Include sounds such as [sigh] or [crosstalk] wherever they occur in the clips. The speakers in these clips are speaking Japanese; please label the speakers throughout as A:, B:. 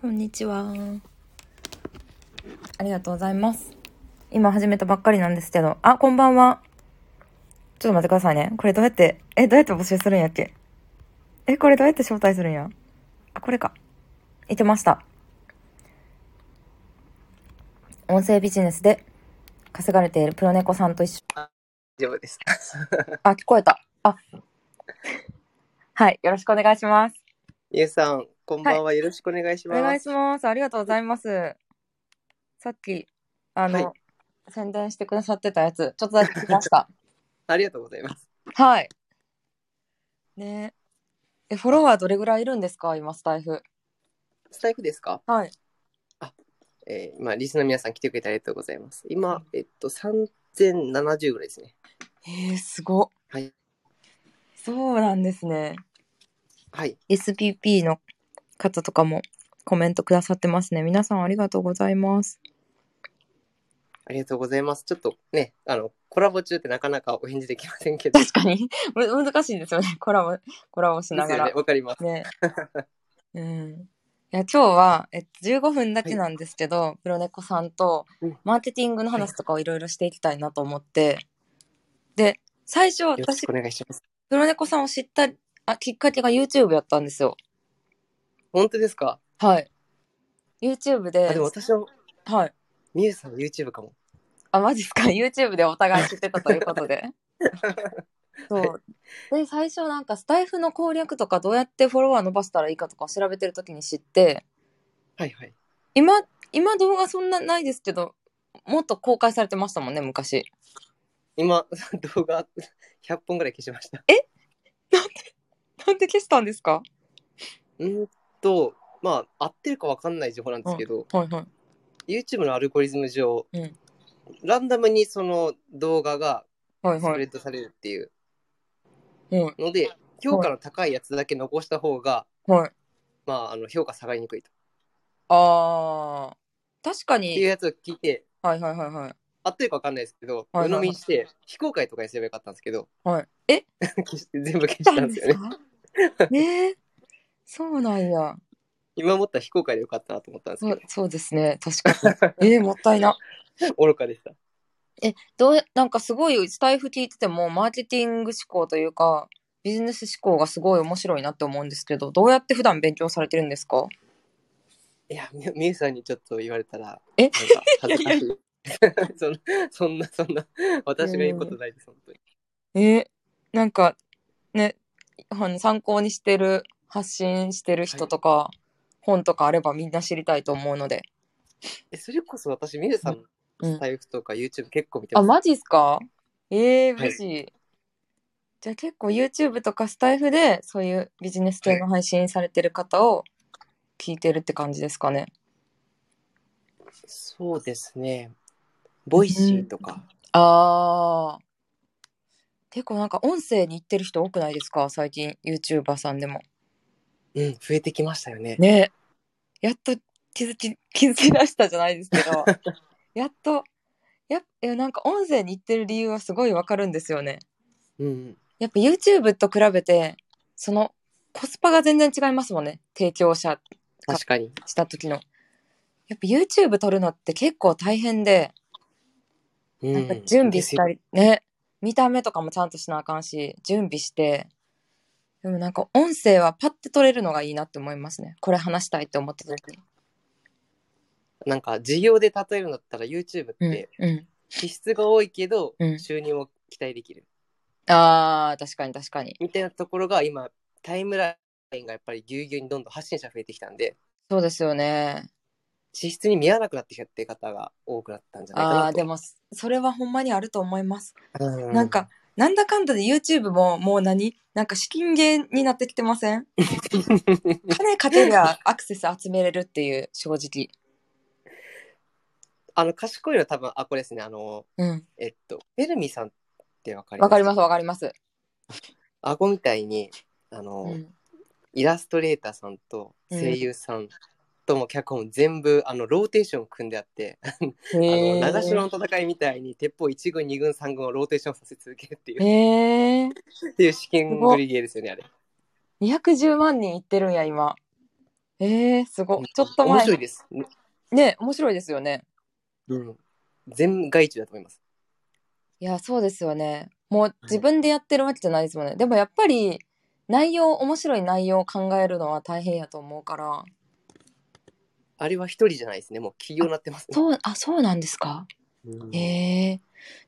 A: こんにちは。
B: ありがとうございます。今始めたばっかりなんですけど。あ、こんばんは。ちょっと待ってくださいね。これどうやって、え、どうやって募集するんやっけえ、これどうやって招待するんやあ、これか。いてました。音声ビジネスで稼がれているプロネコさんと一緒。
C: 大丈夫です。 [laughs]
B: あ、聞こえた。あ。はい。よろしくお願いします。
C: ゆうさん、こんばんは。よろしくお願いし
B: お
C: ます。
B: 願いします。ありがとうございます。さっき、あの、
C: は
B: 宣伝してくださってたやつ、ちょっとだけ聞きました。 [laughs]
C: ありがとうございます。
B: はい。ねえ。え、フォロワーどれぐらいいるんですか今、スタイフ。
C: スタイフですか、
B: はい。
C: えー、今、リスナーの皆さん来てくれてありがとうございます。今、えっと、3070ぐらいですね。
B: えー、すご。
C: はい。
B: そうなんですね。
C: はい。
B: SPP の方とかもコメントくださってますね。皆さんありがとうございます。
C: ありがとうございます。ちょっとね、あの、コラボ中ってなかなかお返事できませんけど。
B: 確かに。む [laughs] 難しいですよね。コラボ、コラボしなが
C: ですよね
B: ら。
C: わかります。 [laughs]
B: ね。うん。いや、今日は、えっと、15分だけなんですけど、プロネコさんと
C: うん、
B: マーケティングの話とかをいろいろしていきたいなと思って、で、最初、
C: よろし
B: 私
C: くお願いします。
B: 黒猫さんを知ったあきっかけが YouTube やったんですよ。
C: 本当ですか、
B: はい。YouTube で、
C: あでも私は、
B: はい。
C: みゆさんの YouTube かも。 [laughs]
B: あ、マジですか ?YouTube でお互い知ってたということで。そう。で、最初なんかスタイフの攻略とかどうやってフォロワー伸ばしたらいいかとかを調べてるときに知って、
C: はいはい。
B: 今、今動画そんなないですけど、もっと公開されてましたもんね、昔。
C: 今、 [laughs] 動画100本ぐらい消しました。
B: なんで消したんですか
C: うーんと、まあ、合ってるかわかんない情報なんですけど、
B: はいはい。
C: YouTube のアルゴリズム上、
B: うん
C: ランダムにその動画が
B: はい
C: ス
B: は
C: プレ
B: い。
C: ッドされるっていう
B: はい
C: ので、評価の高いやつだけ残した方が、
B: はい。
C: まあ、あの評価下がりにくいと。っ
B: あー。確か
C: ていう
B: に。
C: やつを聞いて、
B: はいはいはいはい。
C: あってるかわかんないですけど、
B: はいはい
C: 鵜呑みにして、非公開とかにすればよかったんですけど、 [laughs]
B: はい。え
C: 消して全部消し
B: った
C: たんで
B: [laughs]
C: すよね。
B: かねえそうなんや
C: 今思ったら非公開でよかったなと思ったんです
B: そ
C: け
B: うそうですね確か [laughs] にえーもったいな
C: ど、愚かでした。
B: どうなんかすごいスタイフ聞いててもマーケティング思考というかビジネス思考がすごい面白いなって思うんですけどどうやって普段勉強されてるんですか
C: いや、みみゆさんにちょっと言われたら、
B: え
C: なんか恥ずかしい。
B: [laughs]
C: [laughs] そんな、そんな、そんな、私が言うことないです、本当に。
B: えーなんかねあの参考にしてる発信してる人とか、本とかあればみんな知りたいと思うので、
C: え、それこそ私、みゆさんの
B: うん、
C: 財布とか YouTube 結構見てま
B: あ、
C: す。
B: マジっすかえー、
C: はい
B: 嬉しい。じゃあ結構 YouTube とかスタイフでそういうビジネス系の配信されてる方を聞いてるって感じですかね。
C: そうですね。ボイシーとか。
B: あー。結構なんか音声に行ってる人多くないですか最近 YouTuber さんでも。
C: うん、増えてきましたよね。
B: ねやっと気づき、 [laughs] 気づき出したじゃないですけ [laughs] ど。やっと、やっえなんか音声に行ってる理由はすごいわかるんですよね。
C: うん。
B: やっぱ YouTube と比べて、そのコスパが全然違いますもんね。提供者
C: 確かに。
B: した時の。やっぱ YouTube 撮るのって結構大変で、
C: う
B: なんか準備したり、ね。見た目とかもちゃんとしなあかんし、準備して。でもなんか音声はパッて撮れるのがいいなって思いますね。これ話したいって思った時に。
C: なんか、事業で例えるんだったら YouTube っ
B: うん
C: て、。
B: うん。
C: 支出が多いけど
B: う、ん
C: 収入も期待できる。
B: あー、確かに確かに。
C: みたいなところが、今、タイムラインがやっぱりぎゅうぎゅうにどんどん発信者増えてきたんで、
B: そうですよね。
C: 支出に見合わなくなってきたって方が多くなったんじゃないかなと。
B: あー、でも、それはほんまにあると思います。
C: う
B: なんか、、なんだかんだで YouTube ももう何なんか資金源になってきてませ
C: [laughs]
B: ん金かけりゃアクセス集めれるっていう、正直。
C: あの、賢いのは多分、あ、これですね、あの、
B: うん。
C: えっと、フェルミさんってわかります
B: わかりますわかります。
C: 顎みたいに、あの、
B: うん
C: イラストレーターさんと声優さんとも脚本全部、あのローテーションを組んであって、あの長
B: へ
C: 篠の戦いみたいに鉄砲1軍2軍3軍をローテーションさせ続けるってい
B: え。
C: う
B: へえ。
C: っていう試験ぶりゲーですよねあれ
B: 210万人いってるんや、今。えー、すごい。ちょっと前。
C: 面白いです。
B: ね、面白いですよね。
C: うん。全外注だと思います。
B: いや、そうですよね。もう自分でやってるわけじゃないですもんね。でもやっぱり、内容、面白い内容を考えるのは大変やと思うから。
C: あれは一人じゃないですね。もう起業になってますね。
B: そう、あ、そうなんですか。
C: うん
B: へえ。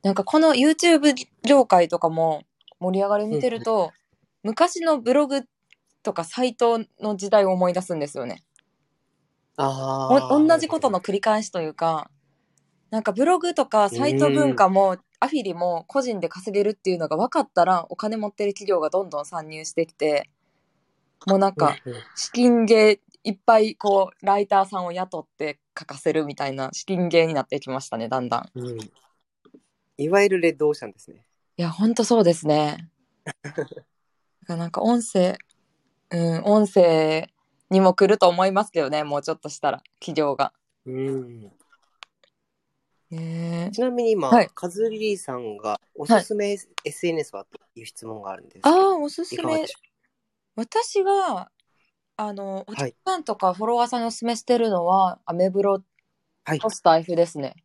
B: なんかこの YouTube 業界とかも盛り上がり見てると、昔のブログとかサイトの時代を思い出すんですよね。
C: あ
B: お
C: ー
B: 同じことの繰り返しというか、なんかブログとかサイト文化もアフィリも個人で稼げるっていうのが分かったらお金持ってる企業がどんどん参入してきて、もうなんか
C: うんうん
B: 資金源いっぱいこうライターさんを雇って書かせるみたいな資金源になってきましたね、だんだん。
C: うんいわゆるレッドオーシャンですね。
B: いや、ほんとそうです
C: [laughs]
B: ね。だからなんか音声、うん、音声にも来ると思いますけどね、もうちょっとしたら、企業が。
C: うん、
B: ねえ
C: ちなみに今、
B: はい
C: カズリーさんがおすすめ SNS はという質問があるんですけど。
B: ああ、おすす
C: いかが
B: め
C: でし。ょ
B: 私が、あの、お
C: は
B: 客
C: い
B: さんとかフォロワーさんにおすすめしてるのは、アメブロ
C: うはい。
B: とスタイフですね。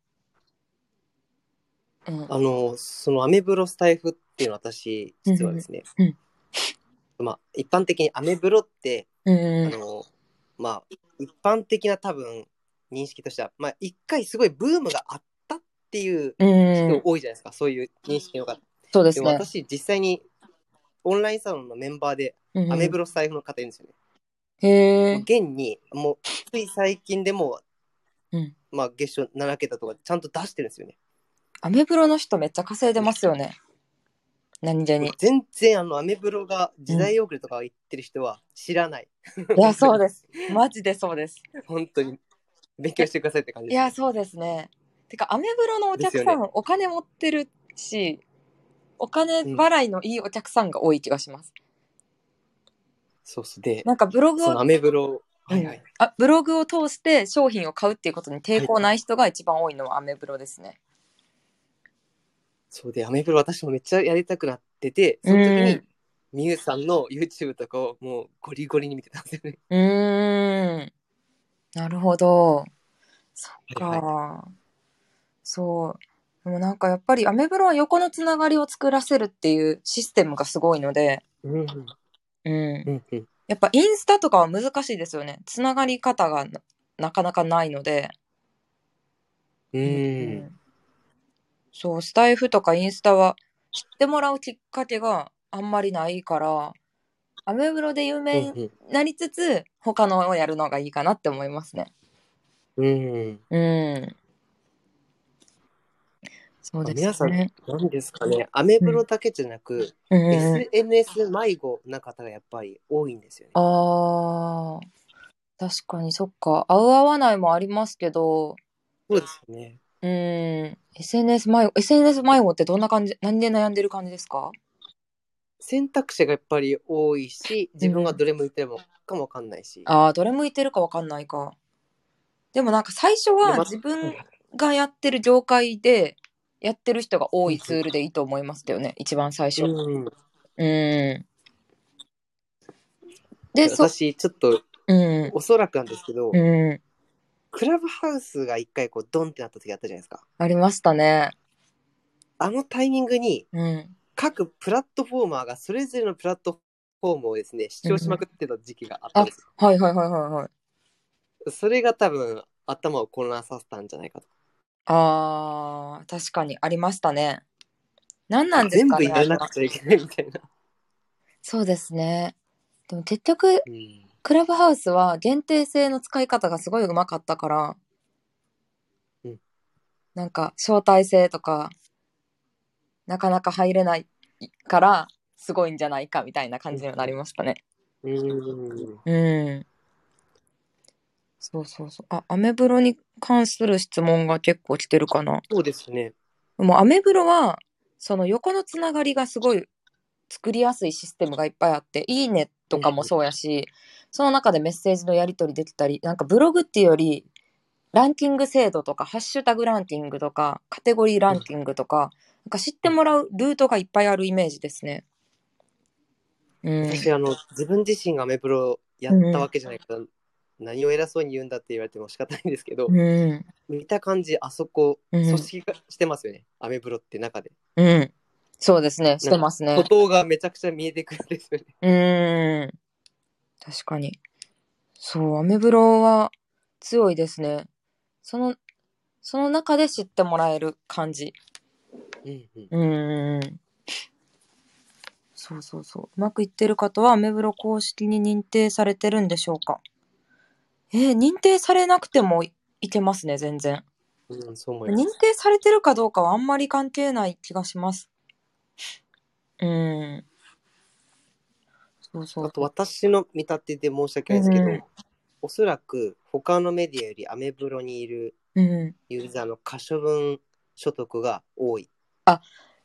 B: うん。
C: あの、そのアメブロスタイフっていうのは私、実はですね、
B: うんうん
C: まあ、一般的にアメブロって、
B: う
C: あ
B: ん。
C: の、まあ、一般的な多分、認識としては、まあ、一回すごいブームがあったっていう
B: う
C: 人
B: ん。
C: 多いじゃないですか、そういう認識の方。
B: そうです
C: でも
B: ね。
C: 私、実際に、オンラインサロンのメンバーで、
B: うん
C: アメブロスタイフの方いるんですよね。
B: へえ。
C: 現に、もう、つい最近でもう、
B: うん
C: まあ、月賞7桁とか、ちゃんと出してるんですよね。
B: アメブロの人めっちゃ稼いでますよね。何気に。
C: 全然あのアメブロが時代遅れとか言ってる人は知らない、
B: いや、そうです。マジでそうです。
C: 本当に勉強してくださいって感じ
B: い
C: です
B: や、そうですね。てか、アメブロのお客
C: です
B: さ
C: よ
B: ん、お金持ってるし、お金払いのいいお客さんが多い気がします。
C: そうそうで
B: なんかブログ
C: そのア
B: を、
C: メブロ
B: う
C: は
B: ん
C: いはい、
B: あ、ブログを通して商品を買うっていうことに抵抗ない人が一番多いのはアメブロですね。
C: そうでアメブロ私もめっちゃやりたくなっててその時
B: う
C: に
B: ん
C: みゆさんの YouTube とかをもうゴリゴリに見てたんですよね
B: うーん。なるほど。そっか。
C: はい
B: そう。でもなんかやっぱりアメブロは横のつながりを作らせるっていうシステムがすごいので、
C: うんうん
B: うん。
C: うん
B: やっぱインスタとかは難しいですよね。つながり方がななかなかないので。
C: う
B: うんそう、スタイフとかインスタは知ってもらうきっかけがあんまりないから、アメブロで有名に
C: うん
B: なりつつ、他のをやるのがいいかなって思いますね。
C: うん
B: うん。そうですね。
C: 皆さん何ですかねアメブロだけじゃなく、
B: うんうんうん、
C: SNS 迷子な方がやっぱり多いんですよね
B: あー、確かにそっか。合う合わないもありますけど、
C: そうですよね
B: うーん。SNS 迷子、SNS 迷子ってどんな感じ、何で悩んでる感じですか
C: 選択肢がやっぱり多いし自分がどれ向いてるのかもわかんないし、
B: ああ、どれ向いてるかわかんないか。でもなんか最初
C: で
B: は
C: ま
B: 自分がやってる業界でやってる人が多いツールでいいと思いますけどね、一番最初。う
C: うん、
B: ーん。で、そ、
C: 私ちょっと
B: うん。
C: おそらくなんですけ
B: う
C: ど、
B: ん。
C: クラブハウスが一回こうドンってなった時あったじゃないですか
B: ありましたね。
C: あのタイミングに
B: うん。
C: 各プラットフォーマーがそれぞれのプラットフォームをですね視聴しまくってた時期があったんですよ、
B: はいはいはいはいはい。
C: それが多分頭を混乱させたんじゃないかと
B: ああ、確かにありましたね。何なんです
C: 全
B: か
C: 部
B: ね。
C: やら
B: あれ
C: な
B: は
C: くちゃいけないみたいな、
B: そうですね。でも結局、
C: うん
B: クラブハウスは限定性の使い方がすごいうまかったから、
C: うん
B: なんか招待制とか、なかなか入れないから、すごいんじゃないかみたいな感じにはなりましたね。
C: うん、
B: うん。そうそうそう。あ、アメブロに関する質問が結構来てるかな。
C: そうですね
B: もうアメブロは、その横のつながりがすごい作りやすいシステムがいっぱいあって、いいねとかもそうやし、その中でメッセージのやり取りできたり、なんかブログっていうより、ランキング制度とか、ハッシュタグランキングとか、カテゴリーランキングとか、なんか知ってもらうルートがいっぱいあるイメージですね。うん。
C: 私あの自分自身がアメブロやったわけじゃないから、何を偉そうに言うんだって言われても仕方ないんですけど、
B: うん。
C: 見た感じあそこ
B: うん
C: 組織化してますよね、アメブロって中で
B: うん。そうですね。してますね。
C: 孤島がめちゃくちゃ見えてくるんですよね
B: うーん。確かに。そう、アメブロは強いですね。その、その中で知ってもらえる感じ。
C: うんうん
B: うーん。そうそうそう。うまくいってる方はアメブロ公式に認定されてるんでしょうか。えー認定されなくてもいいけますね、全然。
C: うん、そう思いま
B: 認
C: す。
B: 定されてるかどうかはあんまり関係ない気がします。うーん。そうそう
C: あ。と私の見立てで申し訳ないですけど、
B: うん
C: おそらく他のメディアよりアメブロにいる
B: うん。
C: ユーザーの可処分所得が多い。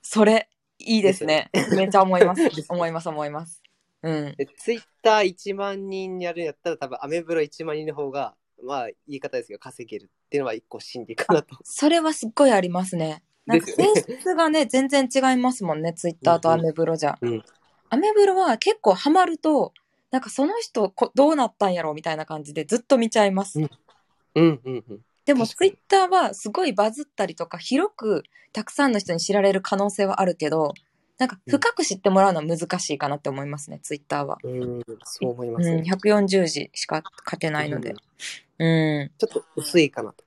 B: それ、いいですね。めっちゃ思い
C: [laughs]
B: ます。思います、思います。うん。
C: で、ツイッター1万人やるんやったら多分アメブロ1万人の方が、まあ言い方ですけど稼げるっていうのは一個心理かなと。
B: それはすっごいありますね。なんか
C: ですよ
B: 性
C: ね
B: 質が
C: [laughs]
B: ね、全然違いますもんね、ツイッターとアメブロじゃ。
C: うんうん
B: アメブロは結構ハマると、なんかその人こどうなったんやろみたいな感じでずっと見ちゃいます。
C: うん [laughs] うんうんうん。
B: でも
C: 確
B: ツ
C: か
B: イ
C: に
B: ッターはすごいバズったりとか、広くたくさんの人に知られる可能性はあるけど、なんか深く知ってもらうのは難しいかなって思いますね、ツイッターは。
C: うん、そう思います、
B: うん、
C: ね
B: 140字しか書けないので。うん
C: ちょっと薄いかなと。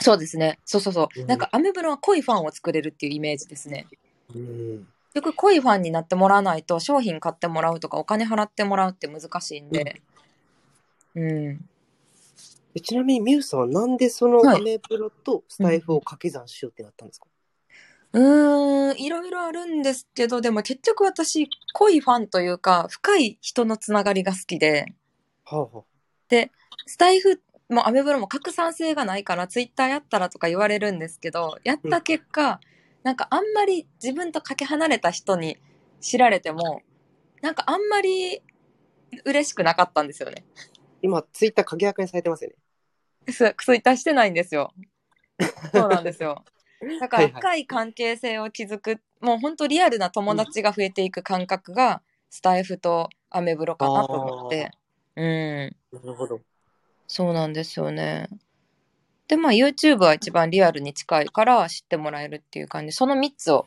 B: そうですね。そうそうそう。
C: うん
B: なんかアメブロは濃いファンを作れるっていうイメージですね。
C: うん。
B: 結局濃いファンになってもらわないと商品買ってもらうとかお金払ってもらうって難しいんで。うん。
C: でちなみにミュウさんはなんでその
B: はい
C: アメブロとスタイフを掛け算しようってなったんですか、
B: うーん、いろいろあるんですけど、でも結局私、濃いファンというか、深い人のつながりが好きで、
C: はあはあ。
B: スタイフもアメブロも拡散性がないからツイッターやったらとか言われるんですけどやった結果、なんかあんまり自分とかけ離れた人に知られてもなんかあんまり嬉しくなかったんですよね。
C: 今、ツイッター鍵役にされてますよね。
B: そうツイッターしてないんですよ。そうなんですよ。だか
C: は
B: ら
C: いはい
B: 深い関係性を築くもう本当リアルな友達が増えていく感覚がスタイフとアメブロかなと思って。うん
C: なるほど。
B: そうなんですよね。で、まあ YouTube は一番リアルに近いから知ってもらえるっていう感じ。その3つを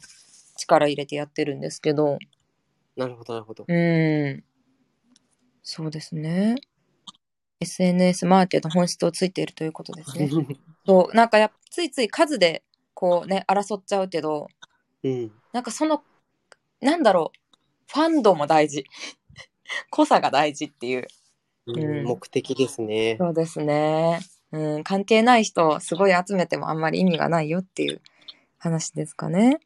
B: 力入れてやってるんですけど。
C: なるほど、なるほど。
B: うん。そうですね。SNS マーケットの本質をついているということですね。そう。なんかやっぱついつい数でこうね、争っちゃうけど、
C: [laughs] うん。
B: なんかその、なんだろう。ファンドも大事。 [laughs] 濃さが大事っていう。
C: うん目的ですね。
B: そうですね。うん、関係ない人をすごい集めてもあんまり意味がないよっていう話ですかね。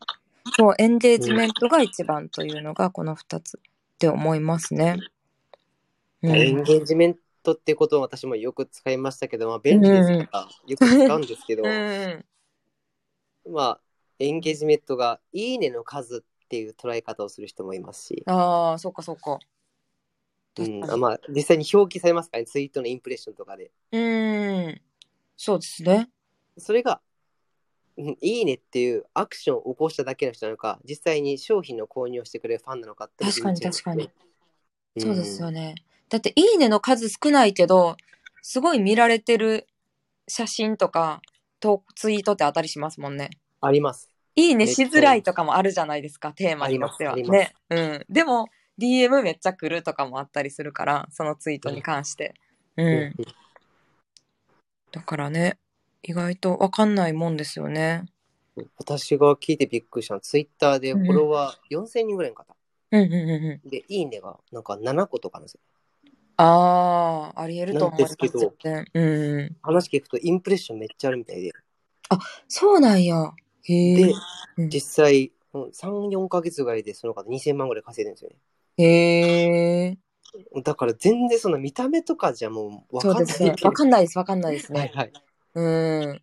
B: そう、エンゲージメントが一番というのがこの二つって思いますね。う
C: エ
B: ん
C: ン。ゲージメントってことを私もよく使いましたけど、まあ、便利ですから、よく使うんですけど
B: う、ん。
C: まあ、エンゲージメントが、いいねの数っていう捉え方をする人もいますし、
B: ああ、そうかそうか。
C: うん
B: 確か、に
C: まあ、実際に表記されますからね、ツイートのインプレッションとかで。
B: うん。そうですね。
C: それが、うんいいねっていうアクションを起こしただけの人なのか、実際に商品の購入をしてくれるファンなのかって
B: 確かに確かに。そうですよ
C: ね。
B: ね。だって、いいねの数少ないけど、すごい見られてる写真とか、とツイートってあったりしますもんね。
C: あります。
B: いいね
C: めっ
B: し
C: ちゃ
B: づらいとかもあるじゃないですか、テーマによっては。
C: あります
B: ね。うん。でも、DM めっちゃ来るとかもあったりするから、そのツイートに関して。うん。
C: うん
B: だからね、意外とわかんないもんですよね。
C: 私が聞いてびっくりしたのは、ツイッターでフォロワー4000人ぐらいの方。
B: うんうんうんうん。
C: で、いいねがなんか7個とかなんですよ。
B: ああ、ありえると思います。
C: なんですけど
B: 全然うんうん。
C: 話聞くとインプレッションめっちゃあるみたいで。
B: そうなんや。へえ
C: で。、
B: うん
C: 実際、うん3、4ヶ月ぐらいでその方2000万ぐらい稼いでるんですよ
B: へえ。
C: ね。だから全然その見た目とかじゃもうわ
B: そう
C: か
B: で
C: んない
B: すね。わかんないです、わかんないです
C: は
B: ね
C: い。はい。
B: うん。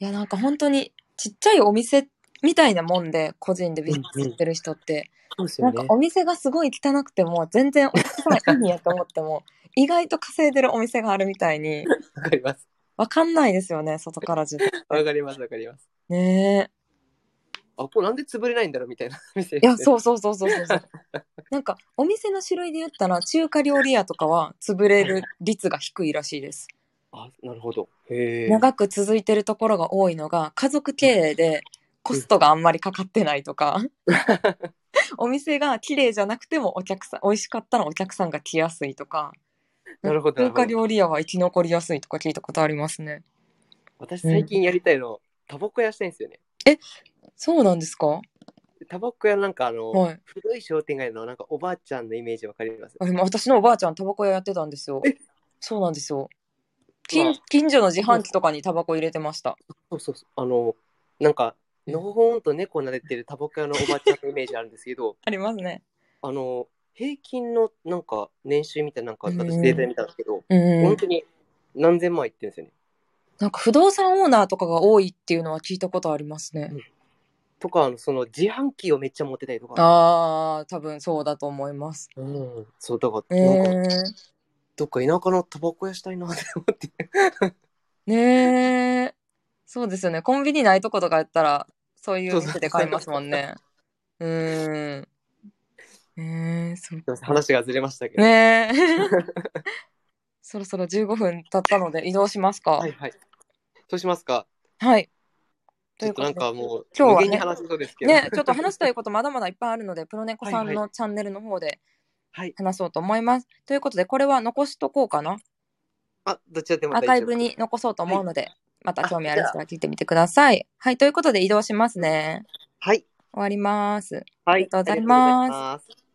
B: いや、なんか本当にちっちゃいお店みたいなもんで、個人でビジネスやってる人って。
C: そうです
B: な
C: よ
B: んか
C: ね。
B: お店がすごい汚くても、全然お客さんいいんやと思って
C: [laughs]
B: も、意外と稼いでるお店があるみたいに、
C: わかります。
B: わかんないですよね、外から自分。
C: わかります、わかります。
B: ね
C: あこれなんで潰れないんだろうみたいな店
B: いや、
C: う
B: そうそうそうそうそう
C: [laughs]
B: そう。なんか、お店の種類で言ったら、中華料理屋とかは潰れる率が低いらしいです。
C: あなるほどへえ
B: 長く続いてるところが多いのが、家族経営でコストがあんまりかかってないと [laughs] か、お店が綺麗じゃなくてもお客さん、美味しかったらお客さんが来やすいとか、
C: なるほど
B: 中
C: なるほ
B: 華
C: ど
B: 料理屋は生き残りやすいとか聞いたことありますね。
C: 私最近やりたいの、タバコ屋したいんですよね
B: そうなんですか
C: タバコ屋なんかあの、
B: はい。
C: 古い商店街のなんかおばあちゃんのイメージわかります
B: あでも私のおばあちゃん、タバコ屋やってたんですよ
C: え。
B: そうなんですよ。
C: う
B: 近
C: わ
B: 近所の自販機とかにタバコ入れてました。
C: そうそうそうあのなんかのほほんと猫撫でてるタバコ屋のおばあちゃんのイメージあるんですけど [laughs]
B: ありますね。
C: あの平均のなんか年収みたいななんか
B: うん
C: 私データで見たんですけど、
B: うん
C: 本。当に何千万いってるんですよね
B: なんか不動産オーナーとかが多いっていうのは聞いたことありますね。
C: とかあのその自販機をめっちゃ持ってたりとか
B: ああ、多分そうだと思います。
C: うんそうだか
B: え
C: らなんか、
B: ー、
C: どっか田舎のタバコ屋したいなって思って [laughs]
B: ねえ。そうですよね。コンビニないとことかやったら、そういう店で買いますもんね。うーん。えー、そう。
C: 話がずれましたけど、
B: ねえ。そろそろ15分経ったので移動しますか。は。
C: はいいはいそうしますかちょっとなんかもう
B: 今日はね
C: 無限に話しそうですけど、
B: ね、ちょっと話したいことまだまだいっぱいあるので、プロネコさん
C: はいは
B: のチャンネルの方で
C: はい
B: 話そうと思います。ということで、これは残しとこうかな。
C: あどちらでも
B: ア
C: 大
B: ー
C: 丈夫
B: カイブに残そうと思うので、また興味ある人は聞いてみてください。はい、ということで移動しますね。
C: はい
B: 終わります。
C: はい
B: ありがとうございます
C: ありがとうございます